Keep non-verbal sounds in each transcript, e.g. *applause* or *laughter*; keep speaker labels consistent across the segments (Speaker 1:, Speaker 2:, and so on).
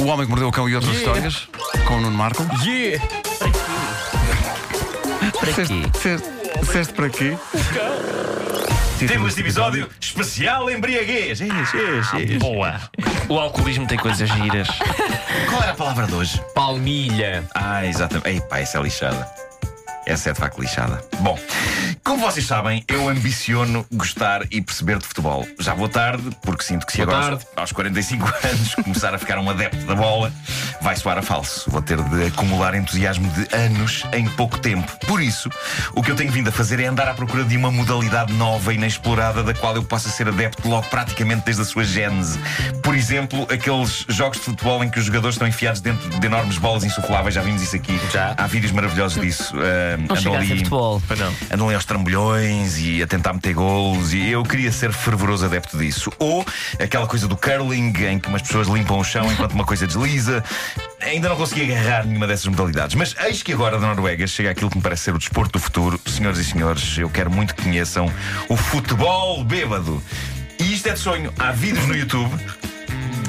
Speaker 1: O Homem que Mordeu o Cão e outras histórias, com o Nuno Marco.
Speaker 2: Yeah!
Speaker 1: Disseste- Disseste disseste para quê?
Speaker 3: Temos este episódio especial embriaguez. É isso, é isso, é isso.
Speaker 4: *laughs*
Speaker 3: Boa.
Speaker 4: O alcoolismo tem coisas giras.
Speaker 3: Qual era a palavra de hoje?
Speaker 2: Palmilha!
Speaker 3: Ah, exatamente. Ei, pá, essa é lixada. Essa é de facto lixada. Bom, como vocês sabem, eu ambiciono gostar e perceber de futebol. Já vou tarde, porque sinto que se
Speaker 2: Boa
Speaker 3: agora aos-
Speaker 2: tarde.
Speaker 3: aos 45 *laughs* anos começar a ficar um adepto da bola, vai soar a falso. Vou ter de acumular entusiasmo de anos em pouco tempo. Por isso, o que eu tenho vindo a fazer é andar à procura de uma modalidade nova e inexplorada da qual eu possa ser adepto logo praticamente desde a sua gênese. Por exemplo, aqueles jogos de futebol em que os jogadores estão enfiados dentro de enormes bolas insufláveis, já vimos isso aqui.
Speaker 2: Já.
Speaker 3: Há vídeos maravilhosos disso. Ah,
Speaker 4: Não
Speaker 3: andam
Speaker 4: chega a
Speaker 3: ali-
Speaker 4: ser futebol.
Speaker 2: Pois não.
Speaker 3: andam ali aos trambolhões e a tentar meter golos e eu queria ser fervoroso adepto disso. Ou aquela coisa do curling em que umas pessoas limpam o chão enquanto uma coisa desliza. Ainda não consegui agarrar nenhuma dessas modalidades, mas eis que agora da Noruega chega aquilo que me parece ser o desporto do futuro. Senhoras e senhores, eu quero muito que conheçam o futebol bêbado. E isto é de sonho. Há vídeos no YouTube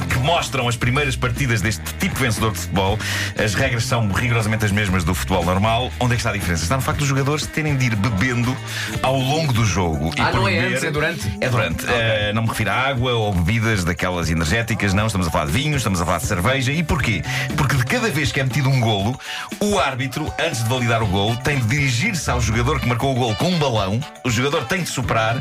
Speaker 3: que mostram as primeiras partidas deste tipo vencedor de futebol. As regras são rigorosamente as mesmas do futebol normal. Onde é que está a diferença? Está no facto dos jogadores terem de ir bebendo ao longo do jogo. E
Speaker 2: Ah, não é
Speaker 3: beber-
Speaker 2: antes, é durante?
Speaker 3: É durante. Eh, não me refiro a água ou bebidas daquelas energéticas, não. Estamos a falar de vinhos, estamos a falar de cerveja. E porquê? Porque de cada vez que é metido um golo, o árbitro, antes de validar o golo, tem de dirigir-se ao jogador que marcou o golo com um balão. O jogador tem de superar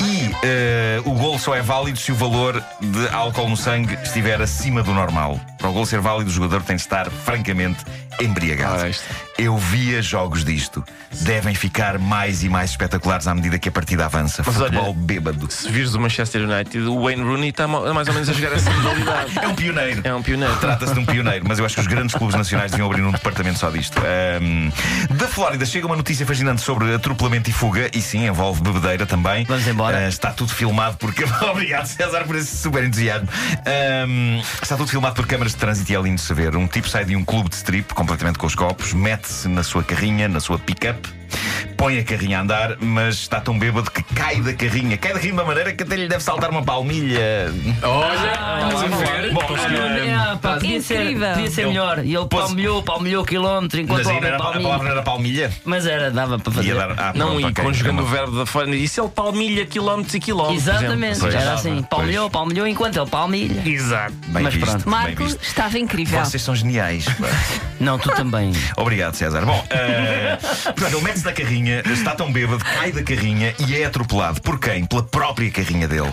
Speaker 3: e eh, o golo só é válido se o valor de álcool no sangue estiver acima do normal. Para o golo ser válido, o jogador tem de estar, francamente, embriagado.
Speaker 1: Ora, isto.
Speaker 3: Eu via jogos disto. Devem ficar mais e mais espetaculares à medida que a partida avança.
Speaker 4: Mas olha-
Speaker 3: Futebol bêbado.
Speaker 4: Se vires do Manchester United, o Wayne Rooney está mo- mais ou menos a jogar essa modalidade.
Speaker 3: É um pioneiro.
Speaker 4: É um pioneiro.
Speaker 3: Trata-se de um pioneiro, mas eu acho que os grandes clubes nacionais deviam abrir um departamento só disto. Ahm, da Flórida chega uma notícia fascinante sobre atropelamento e fuga, e sim, envolve bebedeira também.
Speaker 4: Vamos embora.
Speaker 3: Ah, está tudo filmado por câmaras. *laughs* Obrigado, César, por esse super entusiasmo. Ahm, está tudo filmado por câmaras de trânsito e é lindo de se ver. Um tipo sai de um clube de strip, completamente com os copos, mete-se na sua carrinha, na sua pick-up. Põe a carrinha a andar, mas está tão bêbado que cai da carrinha. Cai da carrinha de uma maneira que até lhe deve saltar uma palmilha.
Speaker 2: Olha! estás a ver?
Speaker 3: Bom,
Speaker 5: é,
Speaker 4: Ah, pá, podia ser,
Speaker 6: Incrível.
Speaker 4: podia ser melhor. E ele
Speaker 3: Posso-
Speaker 4: palmilhou, palmilhou o quilómetro enquanto
Speaker 3: Mas
Speaker 4: o
Speaker 3: ainda
Speaker 4: homem
Speaker 3: era, a
Speaker 4: palmilha.
Speaker 3: palavra era palmilha?
Speaker 4: Mas era, dava para fazer.
Speaker 3: Ia dar- ah,
Speaker 4: não,
Speaker 3: pronto,
Speaker 4: e
Speaker 3: ok.
Speaker 4: conjugando
Speaker 3: Tá
Speaker 4: o
Speaker 3: bom.
Speaker 4: verbo da forma. E se ele palmilha quilómetros e quilómetros? por exemplo? Exatamente,
Speaker 3: um Pois.
Speaker 4: era assim.
Speaker 3: Pois.
Speaker 4: Palmilhou, palmilhou enquanto ele palmilha.
Speaker 3: Exato. Bem
Speaker 4: Mas
Speaker 3: visto,
Speaker 4: pronto.
Speaker 3: bem
Speaker 6: Marco
Speaker 3: visto.
Speaker 6: estava incrível.
Speaker 3: Vocês são geniais. pá.
Speaker 4: Não, tu
Speaker 3: *laughs*
Speaker 4: também.
Speaker 3: Obrigado, César. Bom, eh, portanto, ele mete-se na carrinha, está tão bêbado, cai da carrinha e é atropelado. Por quem? Pela própria carrinha dele.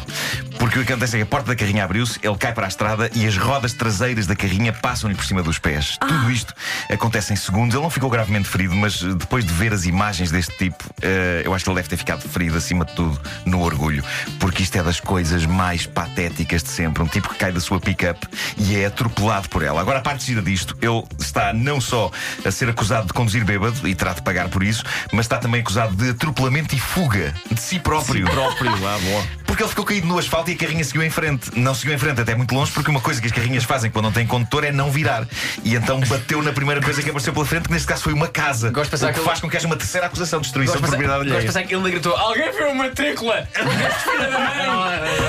Speaker 3: Porque o que acontece é que a porta da carrinha abriu-se, ele cai para a estrada e as rodas traseiras da carrinha passam-lhe por cima dos pés. Tudo isto acontece em segundos. Ele não ficou gravemente ferido, mas eh, depois de ver as imagens deste tipo, eh, eu acho que ele deve ter ficado ferido, acima de tudo, no orgulho. Porque isto é das coisas mais patéticas de sempre. Um tipo que cai da sua pick-up e é atropelado por ela. Agora, a parte gira disto, ele está não só a ser acusado de conduzir bêbado e terá de pagar por isso, mas está também acusado de atropelamento e fuga de si próprio.
Speaker 2: Próprio, ah, bom.
Speaker 3: Porque ele ficou caído no asfalto e a carrinha seguiu em frente. Não seguiu em frente até muito longe, porque uma coisa que as carrinhas fazem quando não têm condutor é não virar. E então bateu na primeira coisa que apareceu pela frente, que neste caso foi uma casa.
Speaker 2: Gosto de pensar
Speaker 3: o que
Speaker 2: que ele-
Speaker 3: faz com que haja uma terceira acusação de destruição
Speaker 2: Gosto
Speaker 3: de
Speaker 2: de pensar-
Speaker 3: propriedade
Speaker 2: gosto de
Speaker 3: alheia.
Speaker 2: pensar que ele ainda gritou: Alguém viu a matrícula? *laughs*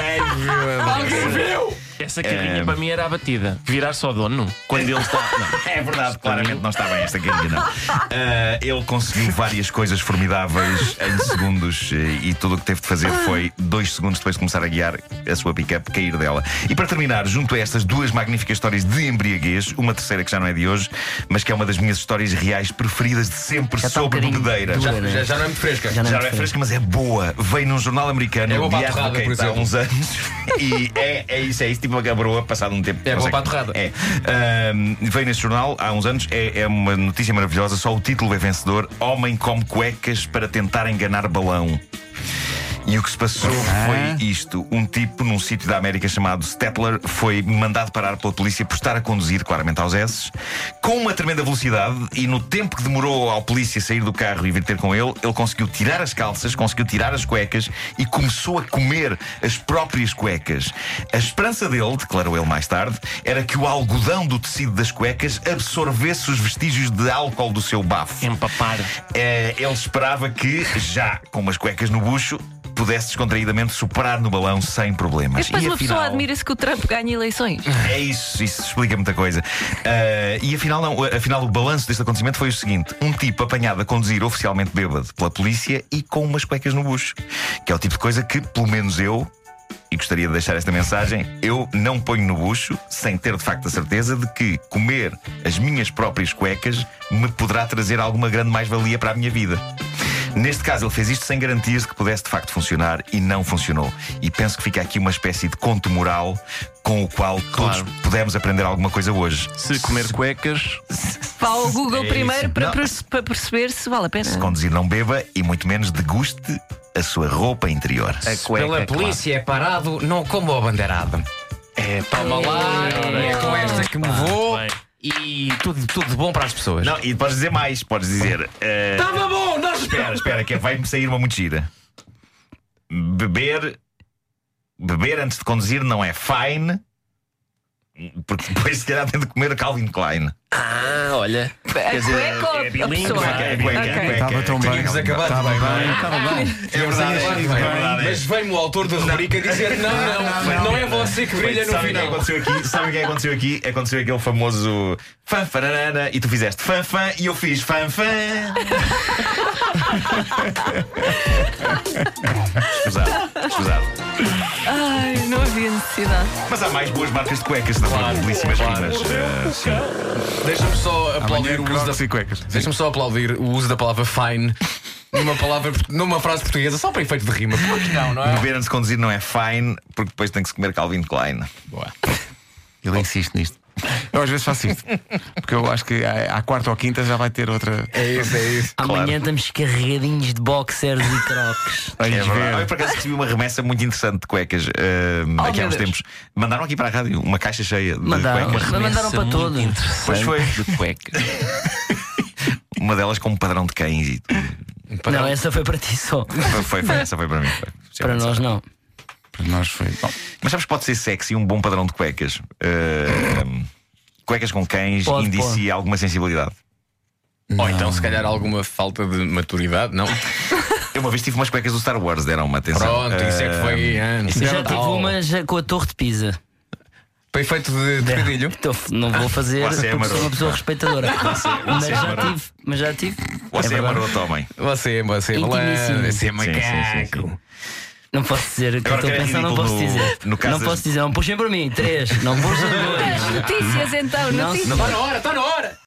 Speaker 2: Alguém viu?
Speaker 4: Essa carrinha para mim era a batida. Virar só dono quando ele
Speaker 3: *laughs*
Speaker 4: está. Não.
Speaker 3: É verdade, claramente não está bem esta carrinha, não. Ah, ele conseguiu várias coisas formidáveis em segundos eh, e tudo o que teve de fazer foi, dois segundos depois de começar a guiar a sua pick-up, cair dela. E para terminar, junto a estas duas magníficas histórias de embriaguez, uma terceira que já não é de hoje, mas que é uma das minhas histórias reais preferidas de sempre
Speaker 4: Já está um
Speaker 3: sobre
Speaker 4: bocadinho
Speaker 3: bebedeira.
Speaker 4: dura,
Speaker 3: Já,
Speaker 4: né?
Speaker 2: Já, já não é muito fresca.
Speaker 4: Já não
Speaker 3: já não é fresca, mas é boa. Veio num jornal americano
Speaker 2: É boa para a
Speaker 3: de
Speaker 2: torrada, por
Speaker 3: Advocate há
Speaker 2: exemplo.
Speaker 3: uns anos *laughs* e é, é isso, é isso, tipo uma cabroa passado um tempo.
Speaker 2: É
Speaker 3: não
Speaker 2: boa
Speaker 3: sei
Speaker 2: para a
Speaker 3: como.
Speaker 2: torrada.
Speaker 3: É. Ahm, veio neste jornal há uns anos, é, é uma notícia maravilhosa, só o título é vencedor: Homem come cuecas para tentar enganar balão. E o que se passou foi isto: um tipo num sítio da América chamado Stettler foi mandado parar pela polícia por estar a conduzir, claramente aos S, com uma tremenda velocidade. E no tempo que demorou ao polícia sair do carro e vir ter com ele, ele conseguiu tirar as calças, conseguiu tirar as cuecas e começou a comer as próprias cuecas. A esperança dele, declarou ele mais tarde, era que o algodão do tecido das cuecas absorvesse os vestígios de álcool do seu bafo.
Speaker 4: Empapar.
Speaker 3: Eh, ele esperava que, já com umas cuecas no bucho, pudesse descontraídamente soprar no balão sem problemas.
Speaker 6: Depois
Speaker 3: E
Speaker 6: uma
Speaker 3: afinal-
Speaker 6: pessoa admira-se que o Trump ganha
Speaker 3: *laughs*
Speaker 6: eleições.
Speaker 3: é isso, isso explica muita coisa. Ah, e afinal, não, afinal, o balanço deste acontecimento foi o seguinte: um tipo apanhado a conduzir oficialmente bêbado pela polícia e com umas cuecas no bucho. Que é o tipo de coisa que, pelo menos eu, e gostaria de deixar esta mensagem, eu não ponho no bucho sem ter de facto a certeza de que comer as minhas próprias cuecas me poderá trazer alguma grande mais-valia para a minha vida. Neste caso, ele fez isto sem garantias de que pudesse de facto funcionar e não funcionou. E penso que fica aqui uma espécie de conto moral com o qual todos pudemos aprender alguma coisa hoje.
Speaker 4: Se comer cuecas,
Speaker 6: Vá ao Google
Speaker 3: É isso.
Speaker 6: primeiro para,
Speaker 3: Não.
Speaker 6: perce- para perceber se vale a pena.
Speaker 3: Se conduzir, não beba e muito menos deguste a sua roupa interior.
Speaker 4: a cueca.
Speaker 2: Pela polícia é parado, não como a bandeirada. É, palma lá, é com esta que me vou.
Speaker 4: Bem,
Speaker 2: E tudo, tudo de bom para as pessoas.
Speaker 3: Não, e podes dizer mais, podes dizer. eh,
Speaker 2: Estava bom, nós
Speaker 3: Espera, espera, que é, vai-me sair uma muito gira. Beber. Beber antes de conduzir não é fine. Porque depois, se calhar, tem de comer Calvin Klein.
Speaker 4: Ah, olha.
Speaker 6: a
Speaker 4: dizer,
Speaker 6: cueca ou
Speaker 4: é
Speaker 6: a
Speaker 4: bilíngue,
Speaker 6: pessoa?
Speaker 4: é
Speaker 3: cueca,
Speaker 6: Ok.
Speaker 3: cueca.
Speaker 1: Estava tão bem.
Speaker 2: Tínhamos acabado
Speaker 1: Estava
Speaker 2: bem,
Speaker 1: bem.
Speaker 2: não é?
Speaker 1: Estava bem.
Speaker 2: É verdade,
Speaker 3: é
Speaker 2: é
Speaker 3: verdade.
Speaker 2: verdade. Mas vem-me o autor da rubrica dizer: não, não, não, é você que brilha no
Speaker 3: Sabe o que
Speaker 2: final.
Speaker 3: aconteceu aqui? Sabe o que aconteceu aqui? Aconteceu aquele famoso fã fararana e tu fizeste fã fã e eu fiz fã fã. Escusado, escusado.
Speaker 6: Ai, não havia necessidade.
Speaker 3: Mas há mais boas marcas de cuecas, não claro, belíssimas finas. eh, sim.
Speaker 2: Deixa-me só aplaudir
Speaker 1: Amanhã
Speaker 2: o uso da.
Speaker 1: crocs e cuecas.
Speaker 2: Deixa-me só aplaudir o uso da palavra fine numa, palavra, numa frase portuguesa, só para efeito de rima. Porque não, não é?
Speaker 3: Beber antes de conduzir não é fine, porque depois tem que se comer Calvin Klein.
Speaker 2: Boa.
Speaker 1: Ele insiste nisto. Eu às vezes faço isto. Porque eu acho que à à quarta ou quinta já vai ter outra.
Speaker 2: É isso, é isso.
Speaker 5: Amanhã estamos carregadinhos de boxers e
Speaker 3: *laughs*
Speaker 5: crocs.
Speaker 1: Vais
Speaker 3: É verdade.
Speaker 1: ver.
Speaker 3: Eu, por acaso, recebi uma remessa muito interessante de cuecas eh, aqui há
Speaker 6: meu
Speaker 3: uns
Speaker 6: Deus.
Speaker 3: tempos. Mandaram aqui para a rádio uma caixa cheia de
Speaker 5: Mandaram,
Speaker 3: cuecas.
Speaker 5: mas mandaram para
Speaker 4: Muito
Speaker 5: todos.
Speaker 4: interessante
Speaker 3: Pois foi.
Speaker 4: De cuecas.
Speaker 3: Uma delas com um padrão de cães e tudo.
Speaker 5: Não, essa foi para ti só.
Speaker 3: Foi, foi, foi, essa foi para mim. foi. Isso é
Speaker 5: Para
Speaker 3: muito
Speaker 5: nós
Speaker 3: sério.
Speaker 5: não.
Speaker 1: Para nós foi. Bom,
Speaker 3: Mas sabes que pode ser sexy um bom padrão de cuecas? Eh, cuecas com cães
Speaker 5: Pode,
Speaker 3: indicia alguma sensibilidade.
Speaker 2: Ou então, se calhar, alguma falta de maturidade, não?
Speaker 3: Eu uma vez tive umas cuecas do Star Wars, deram uma atenção. Eh,
Speaker 2: Pronto, isso é que foi. ah, não sei
Speaker 5: Já
Speaker 2: e
Speaker 5: tive
Speaker 2: tal.
Speaker 5: uma já com a Torre de Pisa.
Speaker 2: Para efeito de, de pedilho.
Speaker 5: Então, f-
Speaker 3: *laughs*
Speaker 5: não vou fazer
Speaker 3: Você é
Speaker 5: porque sou
Speaker 3: maroto,
Speaker 5: uma
Speaker 3: *laughs*
Speaker 5: pessoa respeitadora. Mas
Speaker 3: você é
Speaker 5: já
Speaker 3: maroto.
Speaker 5: tive, mas já tive.
Speaker 3: Você é,
Speaker 5: verdade.
Speaker 3: maroto, homem.
Speaker 2: Você, é você,
Speaker 5: Intimíssimo.
Speaker 2: malandro, você, é
Speaker 3: Sim, sim, sim,
Speaker 2: macaco.
Speaker 3: sim.
Speaker 5: Não posso dizer o que
Speaker 3: Agora
Speaker 5: estou a
Speaker 3: que é
Speaker 5: pensar, não
Speaker 3: ridículo
Speaker 5: posso
Speaker 3: no-
Speaker 5: dizer.
Speaker 3: no caso
Speaker 5: não
Speaker 3: das-
Speaker 5: posso dizer, não puxem por mim, três, não puxem dois.
Speaker 6: Notícias então,
Speaker 5: Não,
Speaker 6: notícias.
Speaker 2: Está na hora, está na hora!